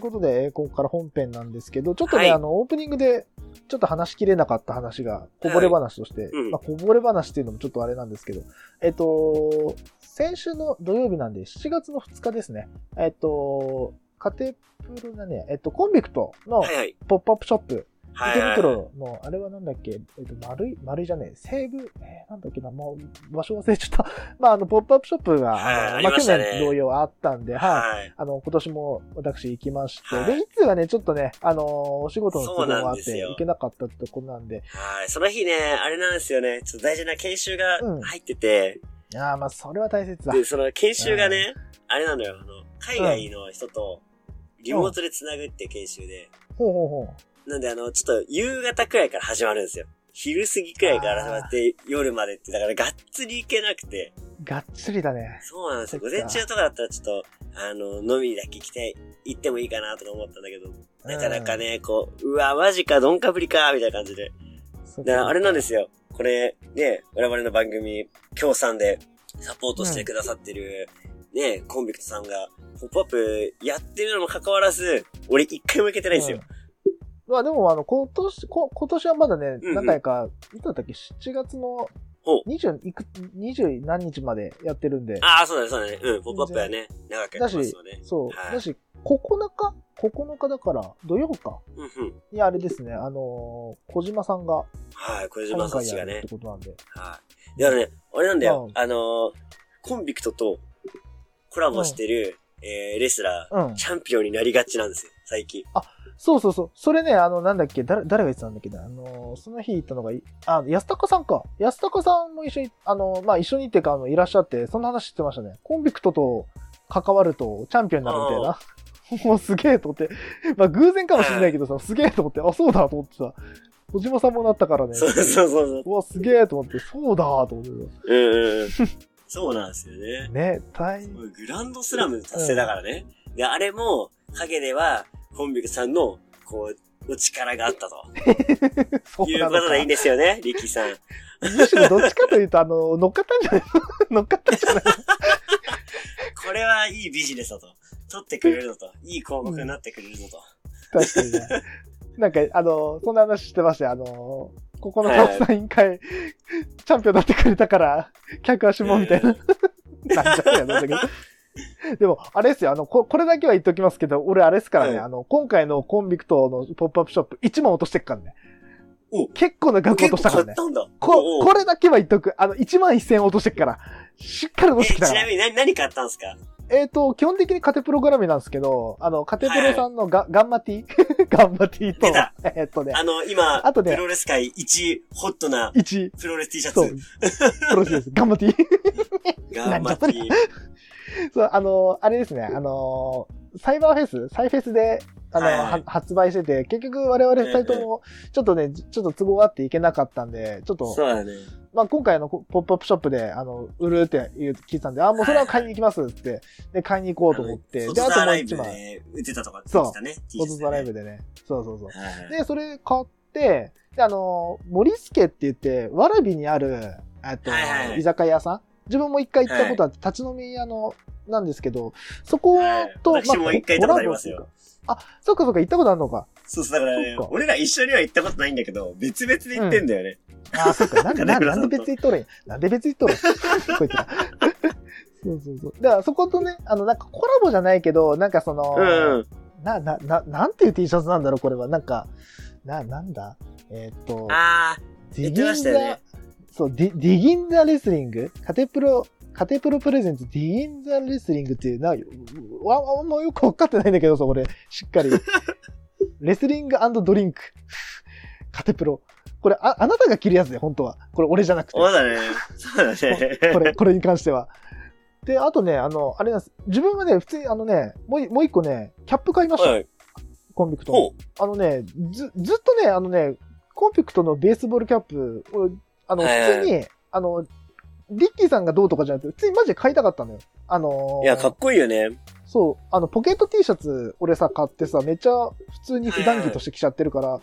ことで、ここから本編なんですけど、ちょっとね、はいあの、オープニングで、ちょっと話しきれなかった話が、こぼれ話として、うんまあ、こぼれ話っていうのもちょっとあれなんですけど、えっと、先週の土曜日なんで、7月の2日ですね、えっと、カテプロだね、えっと、コンビクトのはいはい。ポップアップショップ、はい池はい。袋の、あれはなんだっけ、えっと、丸い、丸いじゃねえ、西武、えーなんだっけな、もう、場所忘れちゃった。 まあ、あの、ポップアップショップが、はいああのりまあ、ま去したね年同様あったんで、はい。はい。あの、今年も私行きまして、はいで、いつはね、ちょっとね、あのーお仕事の都合そうもなあんっでて、すよ行けなかったってとこなんで、はい。その日ね、あれなんですよね。ちょっと大事な研修がうん入ってて、ああ、まあ、それは大切だ。で、その研修がね、あれなのよ。あの、海外の人とリモートで繋ぐって研修で。ほうほうほなんであの、ちょっと夕方くらいから始まるんですよ。昼過ぎくらいから始まって、夜までって、だからがっつり行けなくて。う。がっつりだね。そうなんですよ。そ午っか前中とかだったらちょっと、あの、飲みにだけ来て、行ってもいいかなとか思ったんだけど、なかなかね、こう、うわ、マジか、ドンかぶりか、みたいな感じで。そっか。だからあれなんですよ。これ、ね、我々の番組、協賛でサポートしてくださってる、ね、コンビクトさんが、ポップアップやってるのも関わらず、俺一回も行けてないんですよ。うん。まあでも、あの、今年、こ今年はまだね、うんうん何回か、いつだったっけ、7月のほう20いく、20何日までやってるんで、ああ、そうだね、そうだね。うん、ポップアップはね、長くやってますよね。そう。はいだし、9日 ?9 日だから、土曜か。うんうん。いや、あれですね、あのー小島さんが、はい、小島今さん回ちやがるっねて。ことなんで。はい。だからね、あれなんだよう。んあのー、コンビクトとコラボしてる、えー、レスラうー、ん。チャンピオンになりがちなんですよ、最近。そうそうそう。それね、あの、なんだっけ、誰、誰が言ってたんだっけな。あのー、その日行ったのがい、あ、安高さんか。安高さんも一緒に、あのー、まあ、一緒にっていうか、あの、いらっしゃって、その話してましたね。コンビクトと関わるとチャンピオンになるみたいな。 もうすげえと思って。まあ、偶然かもしれないけどさ、すげえと思って、あ、そうだと思ってさ、小島さんもなった からね。そうそうそうそう。うわ、すげえと思って、そうだと思ってうんうん うん。そうなんですよね。ね、大、もうグランドスラム達成だからね。で、あれも、陰では、コンビクさんの、こう、お力があっ たと。そういうなこのかとでいいんですよね、リキさん。むしろどっちかというと、あの、乗っかったんじゃない乗 っかったんじゃないこれはいいビジネスだと。取ってくれるぞと。いい広告になってくれるぞと。確かにね。 なんか、あの、そんな話してましたよ。あの、ここのカウス委員会、チャンピオンになってくれたから、客足もみたいな。なんだよ、なんだけど。でも、あれですよ、あの、こ、これだけは言っておきますけど、俺あれですからね、はいあの、今回のコンビクトのポップアップショップ1万落としてっからねお。結構な額落としたからね結構買っ。たんだ。おうこ、おうこれだけは言っとく。あの、1万1000円落としてっから、しっかり落としてきえ、たちからな。みに何、何買ったんですかえっ、と、基本的にカテプロ絡みなんですけど、あの、カテプロさんのガ,、ガンマティ ガンマティと出た、えっとね、あの、今、あとねプロレス界一ホットな1、プロレス T シャそうツ。、プロレスです。ガンマティ が、なんじマゃッそテりゃィ。そう、あの、あれですね、あの、サイバーフェス、サイフェスで、あの、はいは発売してて、結局我々二人とも、ちょっとね、ちょっと都合あっていけなかったんで、ちょっと、そうだね。まあ、今回のポポップアップショップで、あの、売るって言う聞いてたんで、あ、もうそれは買いに行きますって、で、買いに行こうと思って、で、ああととももうう一一枚。枚、打てたとかって言ってたね。T シポッャツプでザライねブでね、そうそうそう。はいで、それ買って、で、あの、森助って言って、わらびにある、えっと、はいはいはい居酒屋さん自分も一回行ったことあって、立ち飲み屋の、なんですけど、そこと、はい私も一回行ったことありますよコラボっていうか。あ、そっかそっか、行ったことあるのか。そうそう、だからねそっ、か俺ら一緒には行ったことないんだけど、別々で行ってんだよね。あ、そっか、なんで、な なんんででなんで別に行っとるんや。なんで別に行っとるんこいつら。そうそうそう。だからそことね、あの、なんかコラボじゃないけど、なんかその、うん。な、な、な、なんていう T シャツなんだろう、これは。なんか、な、なんだえーっと、ああ、ディ言っギてンましたザ、よねそう、ディディギンザレスリングカテプロ、カテプロプレゼンツディギンザレスリングっていう、な、わ、あんまよくわかってないんだけどさ、俺、しっかり。レスリングドリンク。カテプロ。これ、あ、あなたが着るやつで、本当は。これ、俺じゃなくて。そうだね。そうだね。これ、これに関しては。で、あとね、あの、あれなんです。自分はね、普通にあのね、もうい、もう一個ね、キャップ買いました。はい。コンビクトのほう。あのね、ず、ずっとね、あのね、コンピクトのベースボールキャップを、あの、は普いはい通に、あの、リッキーさんがどうとかじゃなくて、普通にマジで買いたかったのよ。あのーいや、かっこいいよね。そう、あの、ポケット T シャツ、俺さ、買ってさ、めっちゃ普通に普段着として着ちゃってるから、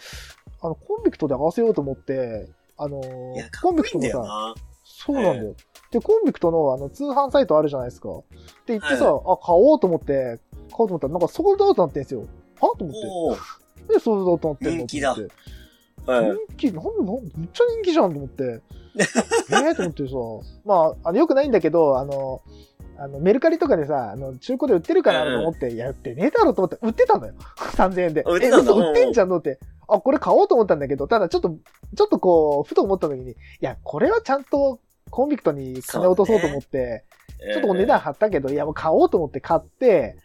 あの、コンビクトで合わせようと思って、あのーいや、かコっンビこクいいトんのださ、よな。そうなんだよ。で、コンビクトのあの通販サイトあるじゃないですか。って言ってさ、あ、買おうと思って、買おうと思ったら、なんかソールドアウトになってんですよ。はと思っおおて。で、そうだと思ってんの人気だと思ってはい。人気、なんなんめっちゃ人気じゃんと思って。ええと思ってさ。まあ、あの、よくないんだけど、あの、あのメルカリとかでさ、あの中古で売ってるかなと思って、いや、売ってねえだろうと思って、売ってたのよ。3000円 で。あ売ってえたんだ嘘売ってんじゃんと思って。あ、これ買おうと思ったんだけど、ただちょっと、ちょっとこう、ふと思った時に、いや、これはちゃんとコンビクトに金落とそうと思って、ちょっとお値段張ったけど、いや、もう買おうと思って買って、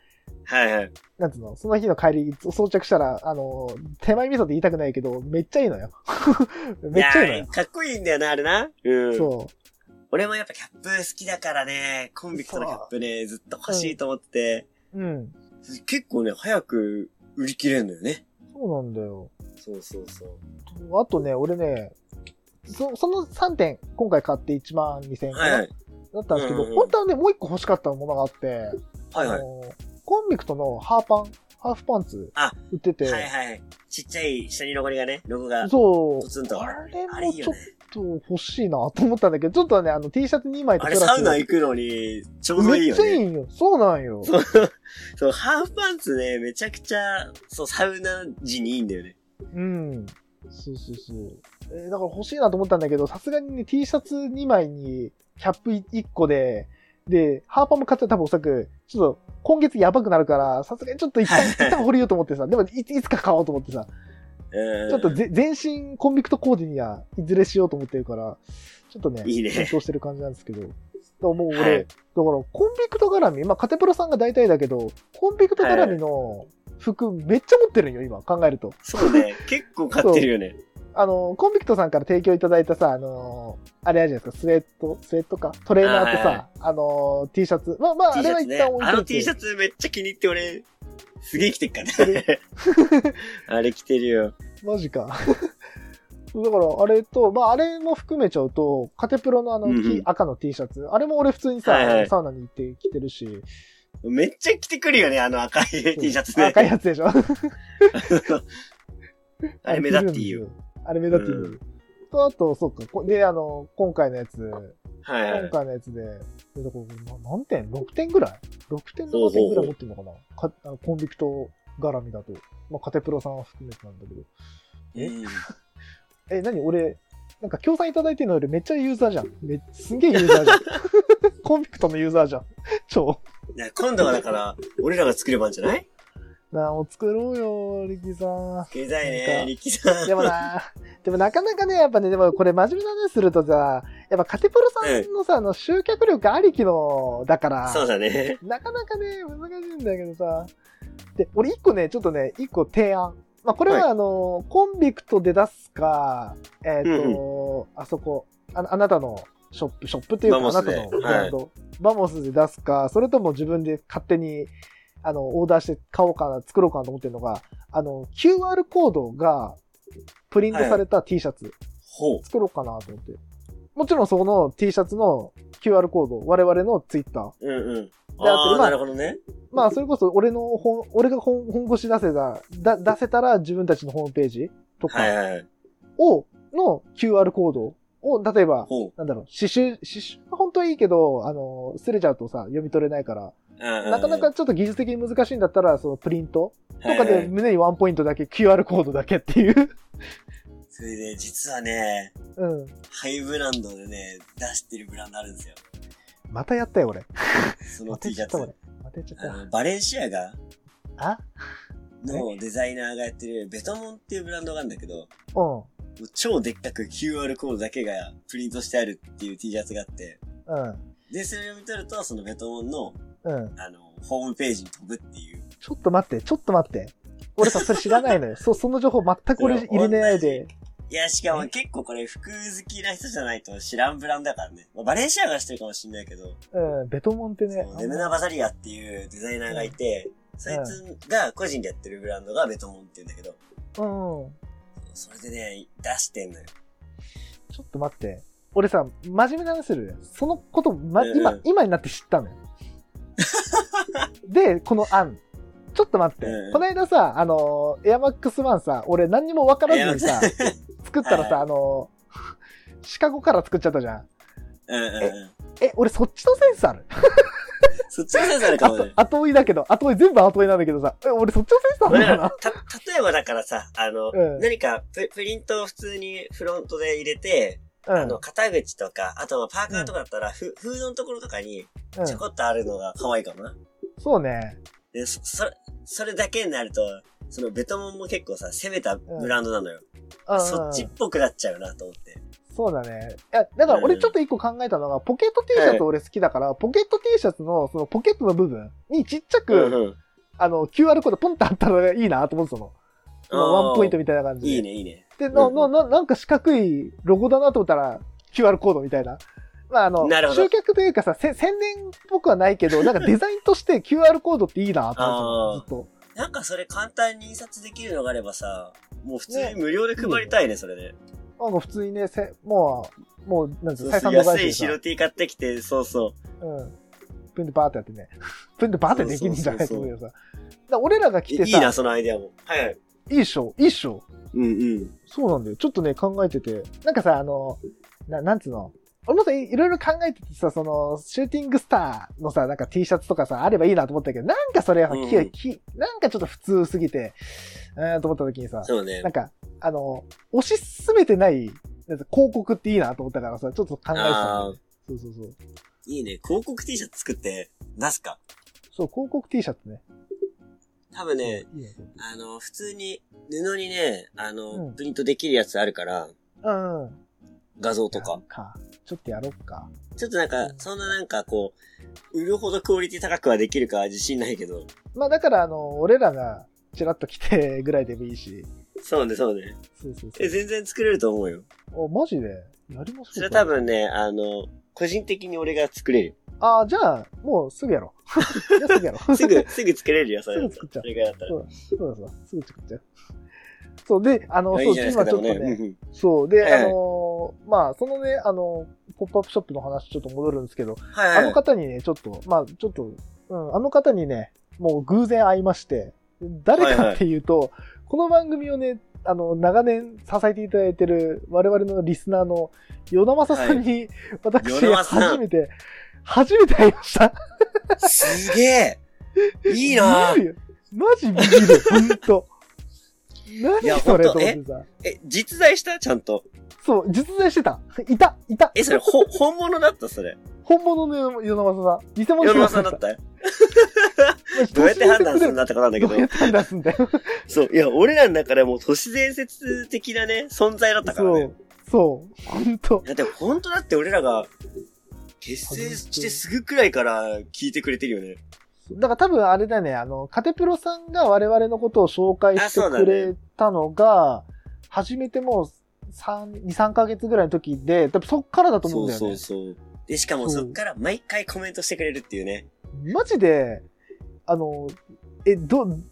はいはい。なんつうの、その日の帰り装着したら、あの、手前味噌って言いたくないけど、めっちゃいいのよ。 めっちゃいいのやよ。かっこいいんだよな、あれな。うん。そ俺もやっぱキャップ好きだからね、コンビクトのキャップね、ずっと欲しいと思ってて、う。うん。結構ね、早く売り切れるのよね。そうなんだよ。そうそうそう。あとね、俺ね、そその3点、今回買って1万2000円かはな、いはい。だったんですけど、うんうん本当はね、もう一個欲しかったものがあって、はいはあ。いのコンビクトのハーパン、ハーフパンツあ売ってて、はいはい。ちっちゃい下にロゴリがね、ロゴが。そポツンう、とあれあれもいいちよょっね。と欲しいなと思ったんだけど、ちょっとね、あの T シャツ2枚とあプれラス、サウナ行くのに、ちょうどいいめっよちゃいね。いよ。そうなんよ。そうそう、ハーフパンツね、めちゃくちゃ、そう、サウナ時にいいんだよね。うん。そうそうそう。えーだから欲しいなと思ったんだけど、さすがにね、T シャツ2枚に、キャップ1個で、で、ハーパーも買ったら多分おそらく、ちょっと、今月やばくなるから、さすがにちょっと一 旦、一旦掘りようと思ってさ、でもいいつか買おうと思ってさ、うん。ちょっとぜ全身コンビクトコーディにはいずれしようと思ってるから、ちょっとね、いいね検討してる感じなんですけど。だからもう俺、はだかいらコンビクト絡み、まあカテプロさんが大体だけど、コンビクト絡みの服めっちゃ持ってるんよ、今考えると。そうね。結構買って るよね。あの、コンビクトさんから提供いただいたさ、あのーあれあるじゃないですか、スウェット、スウェットか、トレーナーとはいはいさ、あのー、T シャツ。まあまあ、あ T シれャはツ一ね旦。置いあのといて。 T シャツめっちゃ気に入って俺、すげえ着てっかそられね。 あれ着てるよ。マジか。 だから、あれと、まあ、あれも含めちゃうと、カテプロのあの、うんうん黄赤の T シャツ、あれも俺普通にさ、はいはいサウナに行って着てるし、めっちゃ着てくるよね、あの赤い T シャツね。赤いやつでしょ。 あれ目立っていいよ。。 あれ目立っていいよ。うんと、あと、そうか。こで、あの、今回のやつ、はいは今い。回のやつで、えっとこうな何点 ?6 点ぐらい ?6 点7点ぐらい持ってるのかなかあのコンビクト絡みだと。まあ、カテプロさんは含めてなんだけど。えうんえ、何俺、なんか協賛いただいてるのよりめっちゃユーザーじゃん。めすんげえユーザーじゃん。コンビクトのユーザーじゃん。超。いや今度はだから、俺らが作ればいいんじゃないなあ、もう作ろうよ、リキさ作りたいなんかね、リッキーさん。ん。でもな、でもなかなかね、やっぱね、でもこれ真面目な話するとさ、やっぱカテプロさんのさ、あの集客力ありきの、だから。そうだね。なかなかね、難しいんだけどさ。で、俺一個ね、ちょっとね、一個提案。まあ、これははあの、コンビクトで出すか、えっ、と、あそこあの、あなたのショップ、ショップというか、あバモなスたでのブランド、バモスで出すか、それとも自分で勝手に、あの、オーダーして買おうかな、作ろうかなと思ってるのが、あの、QR コードがプリントされた T シャツ。ほう。作ろうかなと思って。もちろんそこの T シャツの QR コード、我々の Twitter。うんうん。であとああ、まあなるほどね。まあ、それこそ俺の本、俺が本本腰出せた、だ出せたら自分たちのホームページとはいかはいはい。を、の QR コードを、例えば、ほう。なんだろう、刺繍、刺繍は本当はいいけど、あの、すれちゃうとさ、読み取れないから、ななかなかちょっと技術的に難しいんだったら、そのプリントとかはいはでい胸にワンポイントだけ、QR コードだけっていう。それで、実はね、うん。ハイブランドでね、出してるブランドあるんですよ。またやったよ、俺。そまのた T シやャった、ツ。俺。またやっちあゃっの、バレンシアガた。あのデザイナーがやってるベトモンっていうブランドがあるんだけど、もうん。う超でっかく QR コードだけがプリントしてあるっていう T シャツがあって、うん。で、それを読み取ると、そのベトモンの、うん。あの、ホームページに飛ぶっていう。ちょっと待って、ちょっと待って。俺さ、それ知らないのよ。 そ、その情報全く俺入れないで。いや、しかもえ結構これ服好きな人じゃないと知らんブランドだからね。まあ、バレンシアガしてるかもしんないけど、うん、ベトモンってねそ。うデムナ・バザリアっていうデザイナーがいて、そいつが個人でやってるブランドがベトモンって言うんだけど、うん。それでね、出してんのよ。ちょっと待って。俺さ、真面目な話する。そのこと、ま、うんうん今、今になって知った のよ。で、この案。ちょっと待って。うんうんこの間さ、あのーエアマックスワンさ、俺何にも分からずにさ、作ったらさ、あのーシカゴから作っちゃったじゃん。うんうんうん。え、俺そっちのセンスあるそっちのセンスあるかもね。後追いだけど、後追い、全部後追いなんだけどさ、え、 俺そっちのセンスあまあるだのかからなた、例えばだからさ、あの、うん何かププリントを普通にフロントで入れて、うんあの、肩口とか、あとはパーカーとかだったら、ふフードのところとかにうんちょこっとあるのが可愛いかもな。そうね。で、そ、それ、それだけになると、そのベトモンも結構さ、攻めたブランドなのよ。うんそっちっぽくなっちゃうなと思って。そうだね。いや、だから俺ちょっと一個考えたのが、ポケット T シャツ俺好きだから、ポケット T シャツの、そのポケットの部分にちっちゃく、うん。あの、QR コードポンってあったらいいなと思ってたの。そのワンポイントみたいな感じで。いいね、いいね。で、の、うんの、の、なんか四角いロゴだなと思ったら、QR コードみたいな。まあ、あの、なるほど集客というかさ、せ宣伝っぽくはないけ ど、なんかデザインとして QR コードっていいなと思ってたのずっなんかそれ簡単に印刷できるのがあればさ、もう普通に無料で配りたいね、それで。と。なんか普通にね、せもう、もう、なんつうその、採算うその会う安社いでさ白 T 買ってきて、そうそう。うん。プンでバーってやって ね。プンでバーってできるんじゃないとそう思そううけどさ。だから俺らが来いていいな、さ、そのアイデアも。はいはい。いいっしょ、いいっしょ。うんうん。そうなんだよ。ちょっとね、考えてて。なんかさ、あの、ななんつうの。俺もさ、いいろいろ考えててさ、その、シューティングスターのさ、なんか T シャツとかさ、あればいいなと思ったけど、なんかそれはさ、うんききなんかちょっと普通すぎて、うーん、と思った時にさ、そうねなん。か、あの、推し進めてない、なんか広告っていいなと思ったからさ、ちょっと考えてたんだあよあね。そうそうそう。いいね。広告 T シャツ作って出すか。そう、広告 T シャツね。多分ね、いいねあの、普通に布にね、あうのん、プリントできるやつあるから、うんうん。画像とか。か。ちょっとやろっか。ちょっとなんかう、んそんななんかこう、売るほどクオリティ高くはできるかは自信ないけど。まあだから、あの、俺らがチラッと来てぐらいでもいいし。そうね、そうね。そうそうそえ、う。全然作れると思うよ。お、マジでやりましょうかそれは多。分ね、あの、個人的に俺が作れる。ああ、じゃあ、もうすぐやろ う。じゃあすぐやろう。すぐ、すぐ作れるよ、それだすぐ作っとちゃそうれぐらいだったら。そうだそうだ。すぐ作っちゃう。そう、で、あの、そ、いやいいうじゃない今ちょですっか、とでもね。ね、うんうんそう、で、ええあのーまあ、そのね、あの、ポップアップショップの話ちょっと戻るんですけど、はいはい。あの方にね、ちょっと、まあ、ちょっと、うん、あの方にね、もう偶然会いまして、誰かっていうと、この番組をね、あの、長年支えていただいてる我々のリスナーの、与那正さんに、私、与那正さん初めて、初めて会いました。すげえいいなビビるよマジビビる、ほんと。いや何それとほんと思っえてさ。え、実在したちゃんと。そう、実在してた。いた、いた。え、それ、ほ、本物だったそれ。本物の与那正さん。偽物じ世ゃのなか中さんだったどうやって判断するんだってことなんだけどうやっど。て判断するんだよ。そう。いや、俺らの中でもう都市伝説的なね、存在だったからそねう。。そう。ほんと。だって、ほんとだって俺らが、結成してすぐくらいから聞いてくれてるよね。だから多分あれだよね、あの、カテプロさんが我々のことを紹介してくれたのが、初めてもう3、2、3ヶ月ぐらいの時で、多分そっからだと思そうんうだよそうね。そう。で、しかもそっから毎回コメントしてくれるっていうね。マジで、あの、え、ど、ん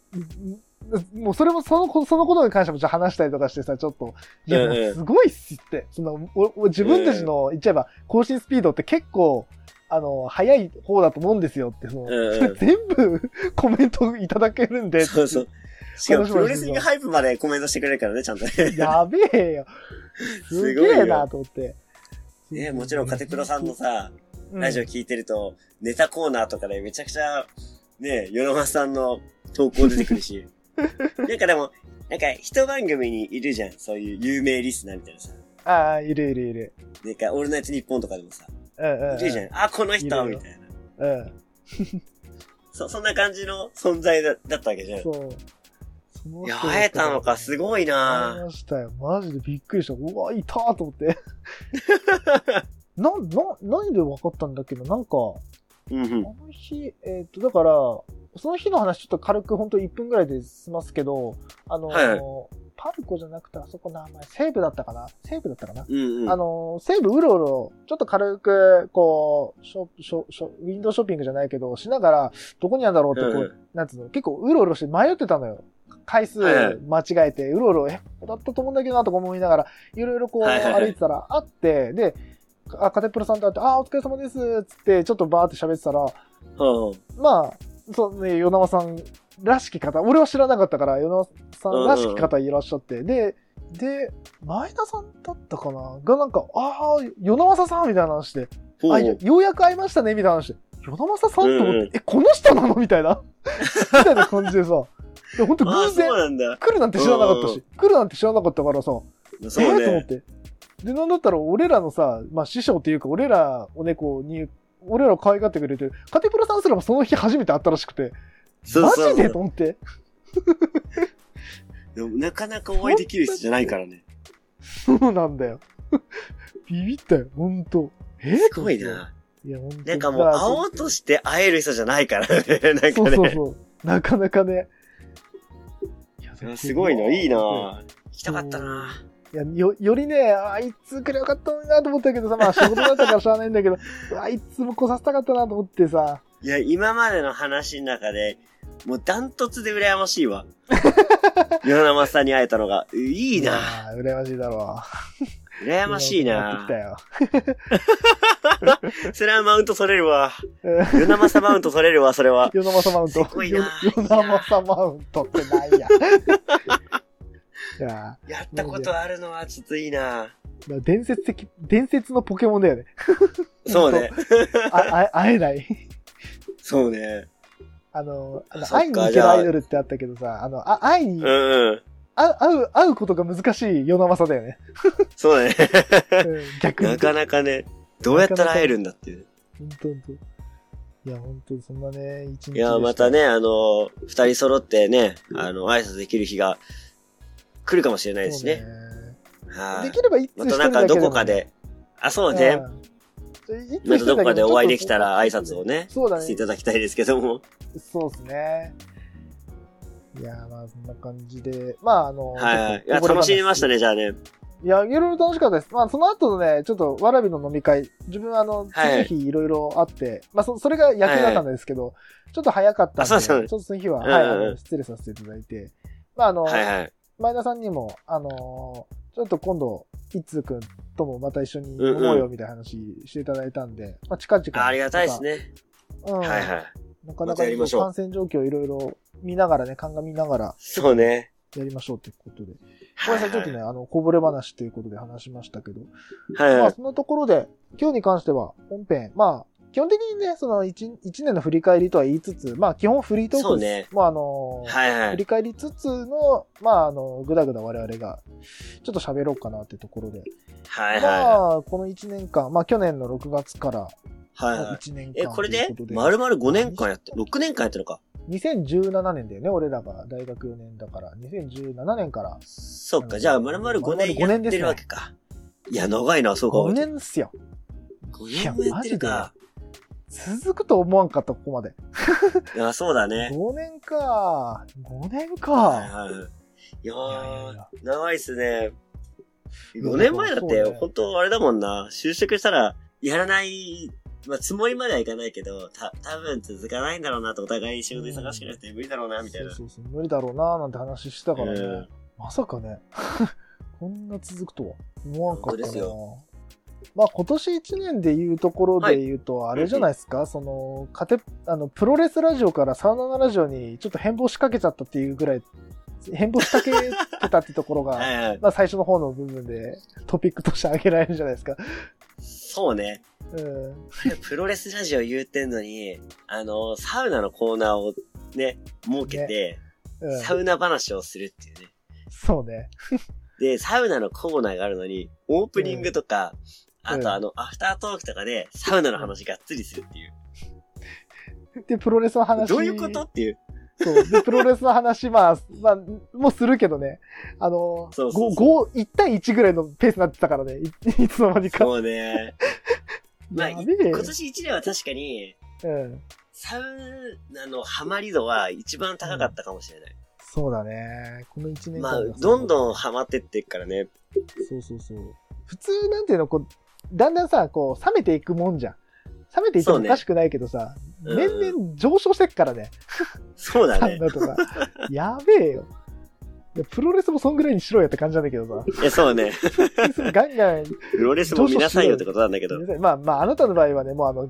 もうそれもそのこ、そのことに関してもちょっと話したりとかしてさ、ちょっと、いや、うんうんもうすごいっすって、その、おお自分たちの、言っちゃえば、更新スピードって結構、あの、早い方だと思うんですよって、その、うんうんそれ 全部コメントいただけるんで、そうそう。しかも私もプロレスリングハイプまでコメントしてくれるからね、ちゃんとね。やべえよ。すげえなと思って。ね、もちろんカテプロさんのさ、うん、ラジオ聞いてると、ネタコーナーとかでめちゃくちゃ、ね、ヨロマさんの投稿出てくる し。なんかでも、なんか一番組にいるじゃん。そういう有名リスナーみたいなさ。ああ、いるいるいる。なんか、オールナイトニッポンとかでもさ、うんうん、うん。いるじゃん。あ、この人いるよみたいな。うん。そ、そんな感じの存在だだったわけじゃん。いそう。その人や、会えたのか、すご会いえなましたよ。マジでびっくりした。うわ、いたと思っ て。な、な、何で分かったんだっけど、なんか、うんうあん。の日、えっ、と、だから、その日の話ちょっと軽く、ほんと1分ぐらいで済ますけど、あの、はいはいパルコじゃなくて、あそこ名前、西武だったかな西武だったかなうんうん。あの、西武うろうろ、ちょっと軽く、こう、ショショショウィンドウショッピングじゃないけど、しながら、どこにあるんだろうって、こう、うんうなんつうの、結構うろうろして迷ってたのよ。回数はいはい間違えて、うろうろ、え、ここだったと思うんだけどなとか思いながら、いろいろこう、はいはいはい歩いてたら、あって、で、あ、カテプロさんと会って、あ、お疲れ様です、つって、ちょっとバーって喋ってたら、うんうんまあ、そうね、与那さんらしき方、俺は知らなかったから、与那さんらしき方いらっしゃって、で、で、前田さんだったかながなんか、ああ、与那さんみたいな話で、ほあよう。ようやく会いましたね、みたいな話で、与田正さんと思って、うんうんえ、この人なのみたいな。 みたいな感じでさ。で、本当ああ、偶然そう、なんだ。来るなんて知らなかったうんし、来るなんて知らなかったからさ、そうえーと思っね。て。で、なんだったら俺らのさ、まあ師匠っていうか、俺らをね、こう、に、俺らを可愛がってくれてる、カテプラさんすらもその日初めて会ったらしくて、そうそうそうマジでと思って。でもなかなかお会いできる人じゃないからね。そうなんだよ。 ビビったよ、ほんと。えーすごい。な。いや、ほんとなんかもう会おうとして会える人じゃないからね。 なんかね。そうそうそう。なかなかね。いやいやすごいな、いいな。行きたたかかっったたなな。いやよよりね、あいつ来ればよかったのになと思ったけどさ、まあ仕事だったからしゃあないんだけど、 あいつも来させたかったなと思ってさ、いや、今までの話の中で、もうダントツで羨ましい わ。ヨナマスさんに会えたのが、いいな。あー。羨ましいだろ羨う。ましいやってきたな。よ。それはマウント取れるわ。 えーヨナマスさんマウント取れるわ、それは。ヨナマサマウント。すごいなヨヨナマサマウントってなんや。いややったことあるのはちょっといいな。ーまあ伝説的、伝説のポケモンだよね。そうね。あ、あ会えない。そうね。あの、あのそっか会いに行けじるゃあアイドルってあったけどさ、あの、あ会いに、うあんうん。会う、会うことが難しい世の正だよね。そうね。うん逆に。なかなかね、どうやったら会えるんだっていう。本当本当。いや、本当そんなね、一日いや、また。ね、あの、二人揃ってね、あの、挨拶できる日が来るかもしれないでそすうねね。。はでい。きれば一通またなんかどこか一で、あ、そう人だけねも。。うんじゃあまたどこかでお会いできたら挨拶を。一ね、通一人だけでもちょっとそうだしていね。ただきたいですけども。そうですね。いや、まあそんな感じで。まああの、はいはい。いちょや、っと楽しみましたね、じゃあね。いや、いろいろ楽しかったです。まあ、その後のね、ちょっと、わらびの飲み会、自分はあの、はい次の日いろいろあって、まあそ、それが野球だったんですけど、ちょっと早かったんあで、そうそうちょっとその日は、うんうんはい、あの、失礼させていただいて、まあ、あの、はいはい。前田さんにも、あのーちょっと今度、一通くんともまた一緒に飲もうよみたいな話していただいたんで、まあ、近々。あありがたいです。ね。うん。はいはい。なかまなたかやりましょう感染状況いろいろ見ながらね、鑑みながらそうね。やりましょうってことで。ごめはいんなさい、ちょっとね、あの、こぼれ話ということで話しましたけど、はいまはあ、い。そのところで、今日に関しては本編、まあ、基本的にね、その一一年の振り返りとは言いつつ、まあ、基本フリートークです。そうねもうあのーはいは振い。り返りつつの、まあ、あの、ぐだぐだ我々が、ちょっと喋ろうかなってところで。はいはまあ、この1年間、まあ、去年の6月から、い。はいはい。 1年間ということで。え、これで、丸々5年間やって、6年間やってるのか。 2017年だよね、俺らが大学4年だから、2017年から。そっか、じゃあ丸々5年丸々や5年ってでするねわけか。いや、長いな、そうか。 5年っすよ。 5年もやってるか。続くと思わんかった、ここまで。いや、そうだね。 5年か。5年はいか。はいはい。いやいやいやーい、や長いっすね。いや5年前だって、そうね本当あれだもんな。就職したら、やらない、まあ、つもりまではいかないけど、た、多分続かないんだろうなと、お互い仕事忙しくなって無理だろうな、みたいな。そうそうそう、無理だろうな、なんて話してたからね。うんまさかね、 こんな続くとは思わんか本っ当でたすな。まあ今年1年で言うところで言うと、あれじゃないですか、その、カテ、あの、プロレスラジオからサウナナラジオにちょっと変貌しかけちゃったっていうぐらい、変貌しかけてたってところ はが、いはい。まあ最初の方の部分でトピックとして挙げられるじゃないですか。そうね。うん。プロレスラジオ言うてんのに、あの、サウナのコーナーをね、設けて、うん、サウナ話をするっていうね。そうね。で、サウナのコーナーがあるのに、オープニングとか、うんあとあの、アフタートークとかで、サウナの話がっつりするっていう。で、プロレスの話。どういうことっていう。そう。で、プロレスの話、まあ、まあ、もうするけどね。あの、そうそうそうごご1対1ぐらいのペースになってたからね。い いつの間にか。そうね。まあ、いやべえ今年1年は確かに、うん。サウナのハマり度は一番高かったかもしれない。そうだね。この1年間まあがそう、どんどんハマってってっからね。そうそうそう。普通、なんていうの、こう、だんだんさ、こう、冷めていくもんじゃん。冷めていってもそうおねかしくないけどさ、うん年々上昇してっからね。そうだサねウ。ナとか。やべえよ。いやプロレスもそんぐらいにしろよって感じなんだけど さ。え、そう ね。ガンガンプロレスも見なさいよってことなんだけど。まあまあ、あなたの場合はね、もうあの、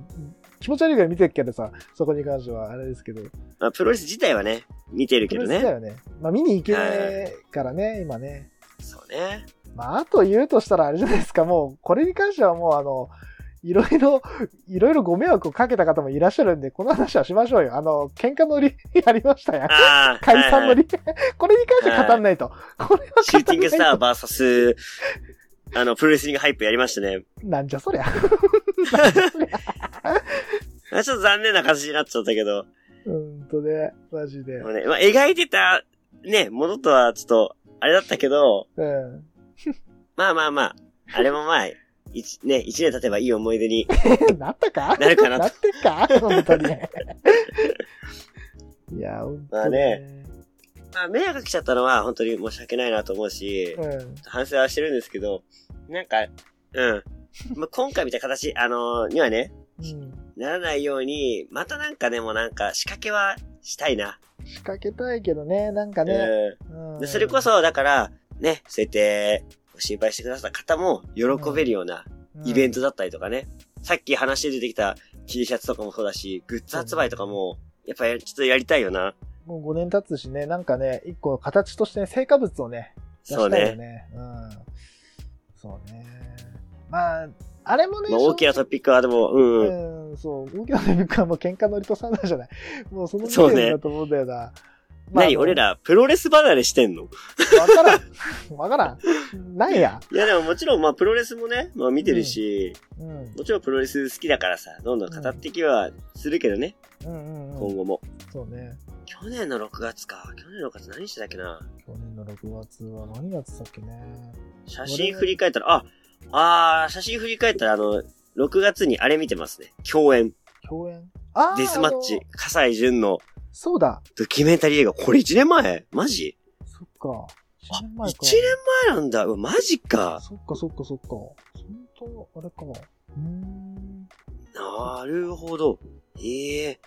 気持ち悪いぐらい見てるけどさ、そこに関してはあれですけど。まあ、プロレス自体はね、見てるけどプロレスだね。よね。まあ見に行けないからね、今ね。そうね。まああと言うとしたらあれじゃないですか、もうこれに関してはもうあの、いろいろ、いろいろご迷惑をかけた方もいらっしゃるんで、この話はしましょうよ。あの、喧嘩の理あり ましたやん。ああ、解散のはいはい理 これに関して語んないと。これはシューティングス語タんないーバーサス、あの、プロレスリングハイプやりましたね。と。なんじゃそりゃ。あちょっと残念な形になっちゃったけど。うんとね、マジでで。もね、まあ、描いてた、ね、ものとはちょっと、あれだったけど、うん。まあまあまあ、あれもまあ、一、ね、一年経てばいい思い出に。 なったかなるかなとってんか本当 に。いや、本当にまあ、迷惑来ちゃったのは本当に申し訳ないなと思うし、うん。反省はしてるんですけど、なんか、うん。まあ、今回みたいな形、 あのにはね、うん。ならないように、またなんかでもなんか仕掛けはしたいな。仕掛けたいけどね、なんかね。うん。うんでそれこ、そ、だから、ね、そうやって、ご心配してくださった方も喜べるようなイベント。トだったりとかね。さっき話で出てきた T シャツとかもそうだし、グッズ発売とかも、やっぱりちょっとやりたいよな。もう5年経つしね、なんかね、一個形としてね成果物をね、出そしうたいよね。ね。うん。そうね。まあ、あれもね、まあ、大きなトピックはでも、うんうん。うん、そう、大きなトピックはもう喧嘩乗りとサウナじゃない。もうその時そうね点だと思うんだよな。まあ何、俺。ら、プロレス離れしてんのわからん。わからん。なんや。いや、でももちろん、まあ、プロレスもね、まあ見てるし、うん。もちろんプロレス好きだからさ、どんどん語ってきはするけどね、うんうんうん。今後も。そうね。去年の6月か。去年の6月何してたっけな。去年の6月は何月だっけね。写真振り返ったら、あ、あー、写真振り返ったら、あの、6月にあれ見てますね。共演。共演あーデスマッチあの。笠西純のそうだ。ドキュメンタリー映画。これ1年前マジそっか。あ1年、前1か。年前なんだ。うわ、マジか。そっかそっかそっか。本当、あれか。うーん。なるほど。ええ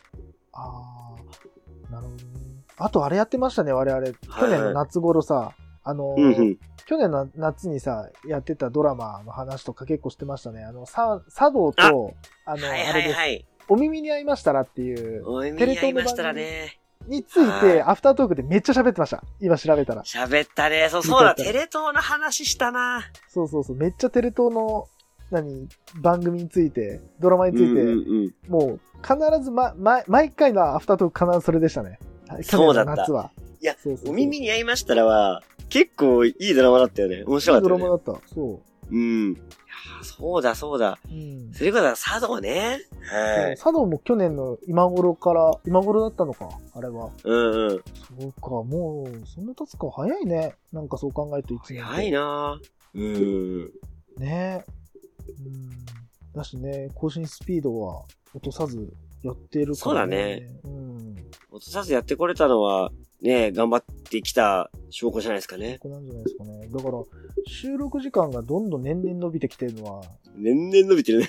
あー。なるほどね。あとあれやってましたね、我々。去年の夏頃さ。あのーうんうん。去年の夏にさ、やってたドラマの話とか結構してましたね。あの、さ、茶道と、あの、はいあはれいです。はい。お耳に合いましたらっていう、お耳に合いましたらテね。についはいて、アフタートークでめっちゃ喋ってました。今調べたら。喋ったね。そう、そうだ。見てたテレ東の話したな。そうそうそう。めっちゃテレ東の、何、番組について、ドラマについて、うんうんうんもう、必ず、ま、ま、毎回のアフタートーク必ずそれでしたね。はいそうだった去年の夏は。いやそうそうそうお耳に合いましたらは、結構いいドラマだったよね。面白かいいったドよラねマ。だった。そうん。いやーそうだそうだ。う。うん。それこそ佐藤ね。はい。佐藤も去年の今頃から、今頃だったのか、あれは。うんうん。そうか、もう、そんな経つか早いね。なんかそう考えると1年早いなーうん。ねうん。だしね、更新スピードは落とさずやってるから、そうだね。落とさずやってこれたのは、ね、頑張ってきた証拠じゃないですかうん。ね。ここなんじゃないですかね。だから、収録時間がどんどん年々伸びてきてるのは、年々伸びてるね。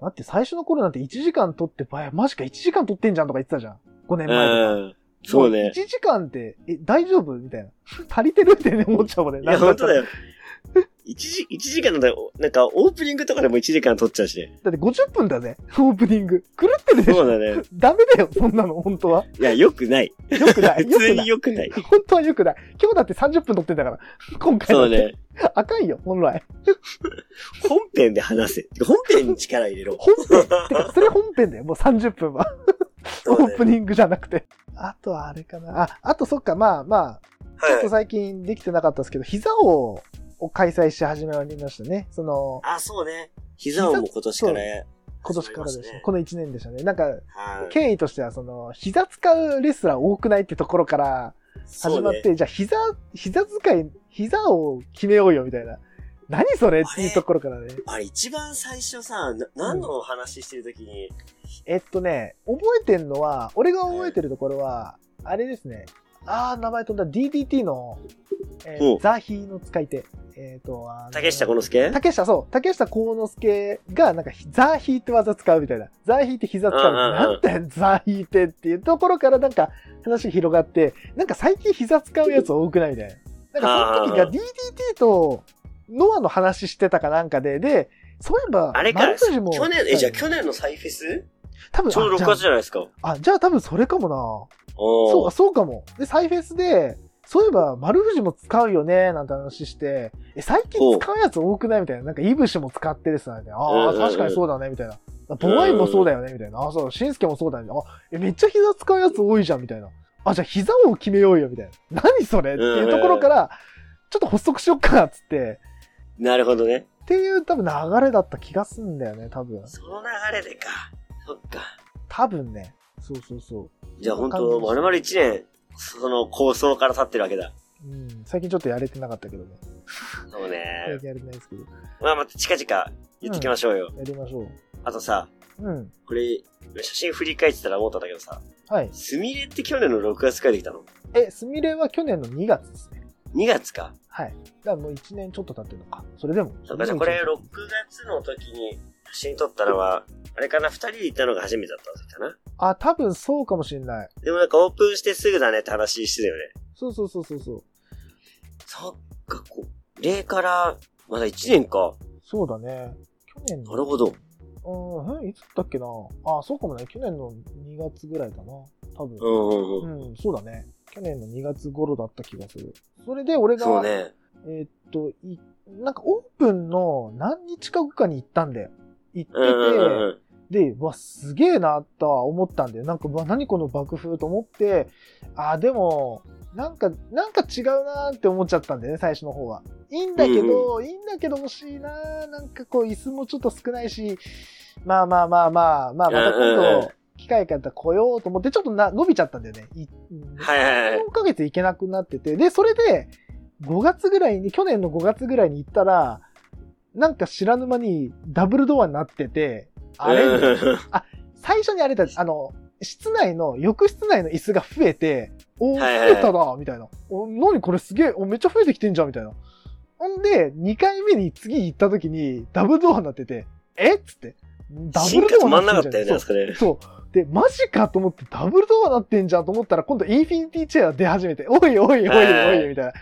だって最初の頃なんて1時間撮って、ばや、マジか1時間撮ってんじゃんとか言ってたじゃん。5年う前とか。ん。 そうね。 1時間って、え、大丈夫みたいな。 足りてるってね、思っちゃうもんね。いや、なん本当だよ。一時、一時間なんだよ。なんか、オープニングとかでも一時間撮っちゃうしね。だって50分だぜ、オープニング。狂ってるでしそうょ。だね。ダメだよ、そんなの、本当は。いや、良くない。よくない。 普通に良くない本当はよくない。今日だって30分撮ってんだから。今回そだうってね。あかんよ、本来。本編で話せ。本編に力入れろ。本編。てか、それ本編だよ、もう30分は。そうオねープニングじゃなくて。あとはあれかな。あ、あとそっか、まあまあ、ちょっはとい。最近できてなかったですけど、膝を、を開催し始めましたね。その、あ、そうね。膝をもう今年からや。今年からですそうですねね。この1年でしたね。なんか、はい。経緯としては、その、膝使うレスラー多くないってところから、始まっそうねて、じゃあ膝、膝使い、膝を決めようよみたいな。何それっていうところからね。あれ、一番最初さ、な何のお話ししてるときに、えっとね、覚えてんのは、俺が覚えてるところは、あれですね。ああ、名前飛んだ。DDT の、えーほうザヒーの使い手。えっ、と、あの竹下幸之助竹下、そう。竹下幸之助が、なんか、ひザーヒーって技使うみたいな。ザーヒーって膝使う。うんうんうんなんてザーヒーってっていうところから、なんか、話広がって、なんか最近膝使うやつ多くないみたいな。なんか、その時あが DDT とノアの話してたかなんかで、で、そういえば、あれか、丸去藤も年、え、じゃあ去年のサイフェス多分、ちょうどあ6月じゃないですか。じゃああ、じゃあ多分それかもな。そうおか、ー。そうかも。で、サイフェスで、そういえば、丸藤も使うよね、なんて話して、え、最近使うやつ多くないみたいな。なんか、イブシも使ってですね。うんあうあ、んうん確かにそうだね、みたいな。ボワインもそうだよね、みたいな。ああ、そう、シンスケもそうだね。あ、え、めっちゃ膝使うやつ多いじゃん、みたいな。あ、じゃあ膝を決めようよ、みたいな。何それっていうところから、ちょっと発足しよっかな、つって。なるほどね。っていう多分流れだった気がすんだよね、多分。その流れでか。そっか。多分ね。そうそうそう。じゃあ本当まるまる一年、その構想から立ってるわけだ。うん、最近ちょっとやれてなかったけどね。そうね最。近やれてないですけど。まあまた近々言ってきましょうよ。やりましょう。あとさ、うん。これ、写真振り返ってたら思ったんだけどさ、はい。スミレって去年の6月帰ってきたのえ、スミレは去年の2月ですね。 ?2 月か。はい。だからもう1年ちょっと経ってるのか。それでも。そうか、じゃあこれも6月の時に写真撮ったのは、あれかな、2人で行ったのが初めてだった時かな。あ、多分そうかもしれない。でもなんかオープンしてすぐだねって話してたよね。そうそうそうそうそう。そっか、こう、例から、まだ1年か。そうだね。去年の。なるほど。うん、えいつだっけな。あ、そうかもね。去年の2月ぐらいだな。多分う。んうんうん。うん、そうだね。去年の2月頃だった気がする。それで俺が、そうね。えーっと、い、なんかオープンの何日か後かに行ったんだよ。行ってて、うんうんうん。で、うわ、すげえなとは思ったんだよ。なんか、うわ、何この爆風と思って、あーでも、なんか、なんか違うなーって思っちゃったんだよね、最初の方は。いいんだけど、いいんだけど欲しいなーなんかこう、椅子もちょっと少ないし、まあまあまあまあ、まあ、また今うんうんうん度、機会があったら来ようと思って、ちょっとな伸びちゃったんだよね。いはいはいはい。 4ヶ月行けなくなってて、で、それで、5月ぐらいに、去年の5月ぐらいに行ったら、なんか知らぬ間にダブルドアになってて、あれ、うんうん最初にあれだ、あの、室内の、浴室内の椅子が増えて、おー、増えたな、みたいな。お、何これすげえ、お、めっちゃ増えてきてんじゃん、みたいな。ほんで、2回目に次行った時に、ダブルドアになってて、えっつって。ダブ進ル化ド止アまんにななかっってんたじゃよん。ね、あそそこね。う。そう。で、マジかと思ってダブルドアなってんじゃんと思ったら、今度インフィニティチェア出始めて、おいおいおいおいおい、みたいな。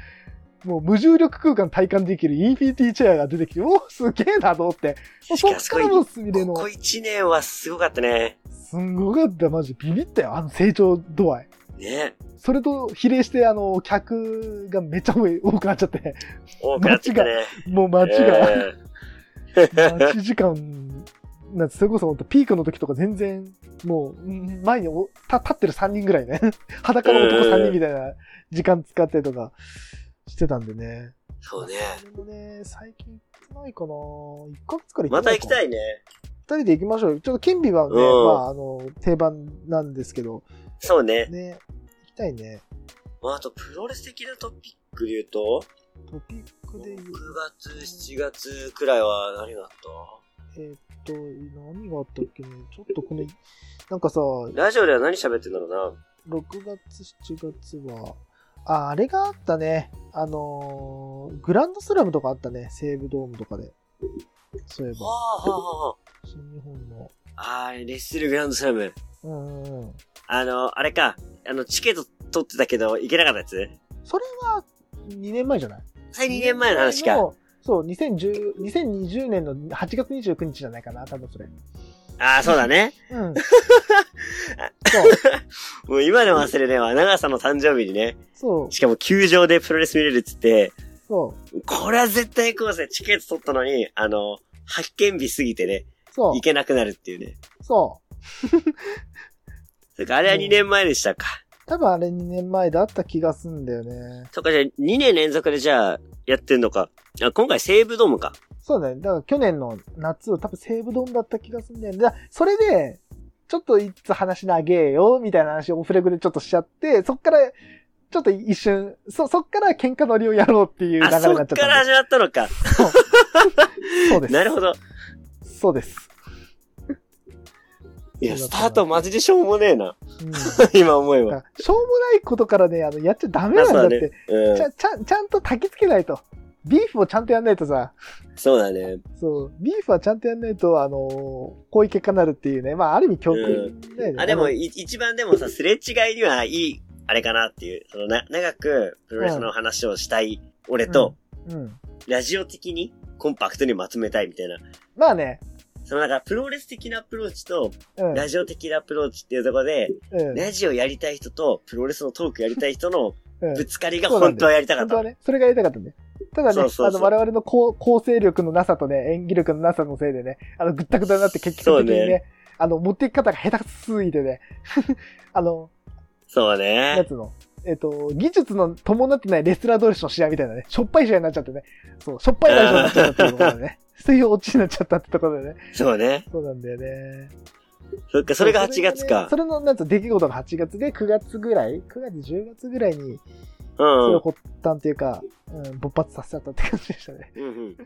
もう無重力空間体感できるインフィニティチェアが出てきて、おーすげえなと思って。もうそっからもうスミレのここ。1年はすごかったね。すんごかった、マジ。ビビったよ、あの成長度合い。ね。それと比例して、あの、客がめっちゃ多くなっちゃって、 多くなっちゃったね。もう街が、え待ち時間、なんてそれこそ本当ピークの時とか全然、もう、ん前におた立ってる3人ぐらいね、 裸の男3人みたいな時間使ったりとかしてたんでね。ーそうね。でもね、最近行ってないかな1ヶ月から行ってないかまた行きたいね。 2人で行きましょうよ。ちょっとケンビはね、うんまあ、あの、定番なんですけど、そうね。ね、行きたいね。まあ、あと、プロレス的なトピックで言うと、トピックで言6う月、7月くらいは何があっえーっと、何があったっけね。ちょっとこの、なんかさ、6たラジオでは何喋ってんだろうな。月、7月は、あ、あれがあったね。あのーグランドスラムとかあったね。西武ドームとかで。そういえはば、あはあは新日本の。あ。あーレッスルグランドスラム。うんうんうん。あの、あれか。あの、チケット取ってたけど、行けなかったやつそれは、2年前じゃないそれ2年前の話か。。そう、2010 2020年の8月29日じゃないかな、多分それ。ああ、そうだね。 うん。そう、もう今でも忘れねえわ。長さんの誕生日にね。そう、しかも球場でプロレス見れるっつって、そう、これは絶対行こうぜ。チケット取ったのに、あの、発見日過ぎてね、そう行、けなくなるっていうね。そう。それからあれは2年前でしたか。多分あれ2年前だった気がすんだよね。そっか、じゃあ2年連続でじゃあ、やってんのか。あ、今回西武ドームか。そうだね。だから去年の夏、多分西武ドームだった気がすんだよね。だからそれで、ちょっといつ話投げよ、みたいな話をオフレコでちょっとしちゃって、そっから、ちょっと一瞬、そ、そっから喧嘩乗りをやろうっていう流れになあ、っちゃそったっんでから始まったのか。そうです。なるほど。そうです。いや、そうスだったなタートマジでしょうもねえな。うん、だ今思えかば。らしょうもないことからね、あの、やっちゃダメなんだあっそうだて。ねうちゃ、ちゃん、ちゃんと焚きつけないと。ビーフをちゃんとやんないとさ。ん。そうだね。そう、ビーフはちゃんとやんないと、あのーこういう結果になるっていうね。まあ、ある意味教訓だよね。あ、でも、いい一番でもさ、すれ違いにはいい、あれかなっていう。そのな、長く、プロレスの話をしたい、俺と、。うん。ラジオ的に、コンパクトにまとめたいみたいな。まあね。そのなんか、プロレス的なアプローチと、うん。ラジオ的なアプローチっていうところで、うん。ラジオやりたい人と、プロレスのトークやりたい人の、うんぶつかりが本当はやりたか本っ当たは。ね、それがやりたかったね。ただね、そうそうそうあの、我々の構構成力のなさとね、演技力のなさのせいでね、あの、ぐったぐたになって結局的にそね、うねあの、持っていき方が下手すぎてね、 あの、そうやね。つの、えっ、と、技術の伴ってないレスラー同士の試合みたいなね、しょっぱい試合になっちゃってね、そう、しょっぱいラジオになっちゃったっていうところ でね、そういうオチになっちゃったってところでね、そうね。そうなんだよね。そっか、それが8月かそ。れの、なんつうの出来事が8月で、9月ぐらい ?9 月、10月ぐらいに、うそんれをうん。発端というか、うん、勃発させちゃったって感じでしたね。うんうん